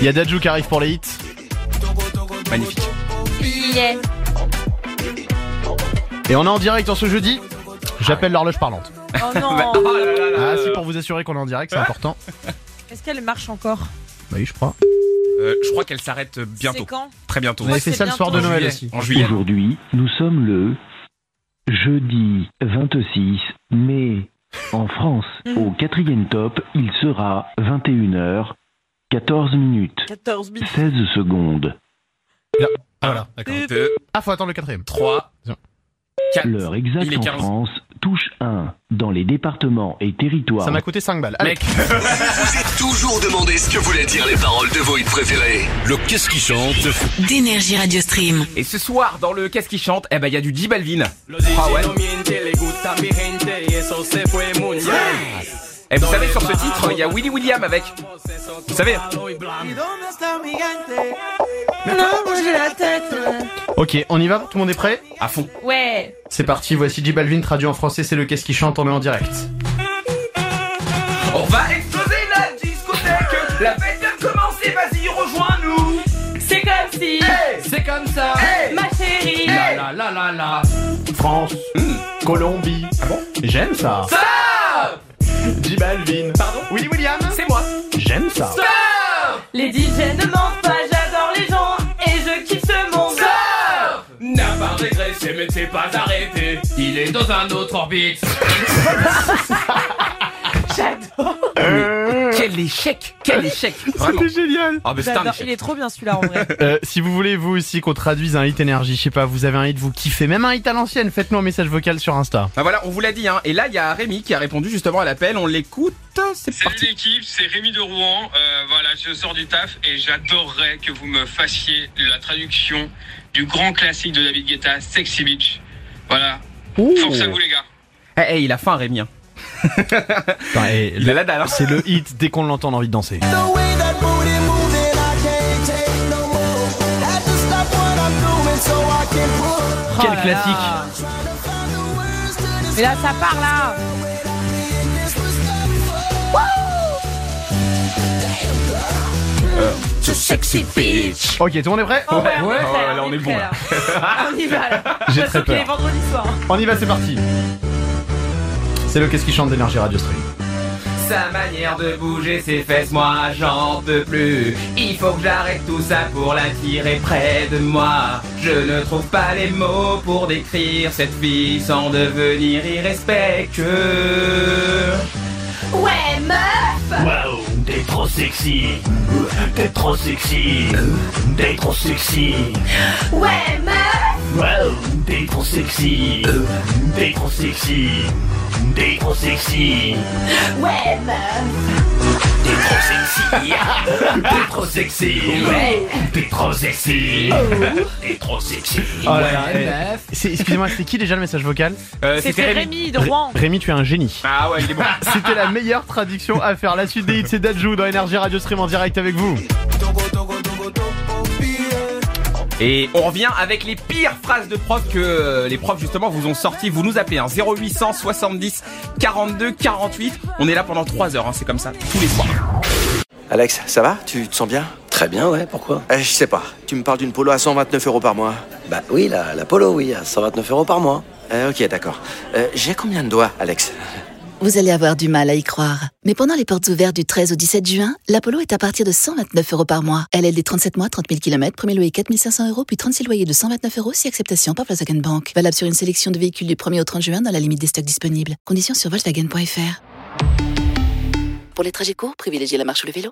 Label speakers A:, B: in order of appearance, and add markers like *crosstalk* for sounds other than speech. A: Il y a Dajou qui arrive pour les hits. Magnifique.
B: Yeah.
A: Et on est en direct en ce jeudi. J'appelle l'horloge parlante.
B: Oh non
A: Ah, c'est pour vous assurer qu'on est en direct, c'est important.
B: Est-ce qu'elle marche encore
A: Bah oui, je crois.
C: Euh, je crois qu'elle s'arrête bientôt.
B: C'est quand
C: Très bientôt.
A: On avait
B: Ouais,
A: fait
B: c'est
A: ça le soir de
B: bientôt.
A: Noël
C: Juillet.
A: aussi.
C: En juillet.
D: Aujourd'hui, nous sommes le jeudi 26 mai. En France, au quatrième top, il sera 21h 14 minutes
B: 14 minutes.
D: 16 secondes.
A: Ah, voilà, d'accord.
C: 2,
A: Ah, faut attendre le quatrième.
C: 3, 4.
D: L'heure
C: Il
D: exacte
C: est
D: en
C: 15.
D: France touche 1 dans les départements et territoires.
A: Ça m'a coûté 5 balles. Allez.
C: Mec,
E: Vous êtes toujours demandé ce que voulaient dire les paroles de vos hits préférés.
F: Le qu'est-ce qui chante
G: d'énergie Radio Stream.
C: et ce soir, dans le Qu'est-ce qui chante Eh ben, il y a du J Balvin. Ah ouais Et Eh, vous savez, sur ce titre, il y a Willy William avec. Vous savez
A: Ok, on y va Tout le monde est prêt
C: À fond.
B: Ouais.
A: C'est parti, voici J Balvin traduit en français, c'est le qu'est-ce qui chante, on est en direct.
C: On va exploser la discothèque La fête vient de commencer, vas-y, rejoins-nous
B: C'est comme si,
C: Hey, C'est comme ça
B: ma chérie,
C: La la la la la
A: France, Colombie.
C: Ah bon
A: J'aime ça.
C: Stop
A: J Balvin.
C: Pardon
A: Willy William.
C: C'est moi
A: J'aime ça.
C: Stop
B: les DJ ne mentent pas, j'adore les gens et je kiffe ce monde.
C: Stop N'a pas régressé mais ne s'est pas arrêté Il est dans un autre orbite
A: Mm.
C: J'adore Quel échec
A: *laughs*
C: Quel échec Vraiment
A: C'était génial.
C: Ah mais c'est un
B: J'adore,
C: échec
B: il est trop bien celui-là en vrai.
A: Euh, si vous voulez vous aussi qu'on traduise un hit énergie, je sais pas, vous avez un hit, vous kiffez, même un hit à l'ancienne, faites-nous un message vocal sur Insta.
C: Bah voilà, on vous l'a dit, hein. Et là, il y a Rémi qui a répondu justement à l'appel. On l'écoute. C'est
H: Salut
C: parti.
H: l'équipe, c'est Rémi de Rouen. Euh, voilà, je sors du taf et j'adorerais que vous me fassiez la traduction du grand classique de David Guetta, Sexy Beach. Voilà, force à vous les gars.
C: Eh, eh, il a faim, Rémi. hein.
A: Putain, et
C: Il
A: le-
C: a la dalle. hein.
A: C'est le hit, dès qu'on l'entend, on a envie de danser. Quel
B: Oh là
A: classique.
B: là. Mais là, ça part là. Sexy bitch.
A: Ok, tout le monde est prêt
B: Oh, ouais, on est
C: ouais,
B: prêt,
C: ouais, là, on est bon,
B: prêt,
C: là.
B: là. on y va là.
A: J'ai
B: Parce
A: très
B: qu'il
A: peur.
B: est vendredi soir.
A: On y va, c'est parti. C'est le qu'est-ce qui chante d'énergie Radio Stream.
C: Sa manière de bouger ses fesses, moi j'en peux plus. Il faut que j'arrête tout ça pour l'attirer près de moi. Je ne trouve pas les mots pour décrire cette fille sans devenir irrespectueux.
B: Ouais, meuf.
D: Waouh, t'es trop sexy. T'es trop sexy. T'es trop sexy.
B: Ouais, meuf.
D: Waouh, t'es trop sexy. T'es trop sexy. T'es trop sexy.
B: Ouais, meuf.
D: T'es trop sexy. T'es trop sexy. T'es trop sexy. T'es trop sexy.
A: Oh là là, eh, c'est- Excusez-moi, c'était qui déjà le message vocal
B: C'était Rémi de Rouen.
A: Rémi, tu es un génie.
C: Euh, Ah ouais, il est bon.
A: C'était la meilleure traduction à faire. La suite des hits, c'est Dajou dans Énergie Radio Stream en direct avec vous.
C: Et on revient avec les pires phrases de profs que euh, les profs justement vous ont sorti. Vous nous appelez hein, 0800 70 42 48. On est là pendant 3 heures, hein, c'est comme ça, tous les soirs.
I: Alex, ça va Tu te sens bien
E: Très bien, ouais, pourquoi
I: Eh, Je sais pas. Tu me parles d'une polo à 129 euros par mois.
E: Bah oui, la, la polo, oui, à 129 euros par mois.
I: Euh, ok, d'accord. Euh, J'ai combien de doigts, Alex
G: Vous allez avoir du mal à y croire. Mais pendant les portes ouvertes du 13 au 17 juin, l'Apollo est à partir de 129 euros par mois. LLD 37 mois, 30 000 km, premier loyer 4500 euros, puis 36 loyers de 129 euros si acceptation par Volkswagen Bank. Valable sur une sélection de véhicules du 1er au 30 juin dans la limite des stocks disponibles. Conditions sur Volkswagen.fr. Pour les trajets courts, privilégiez la marche ou le vélo.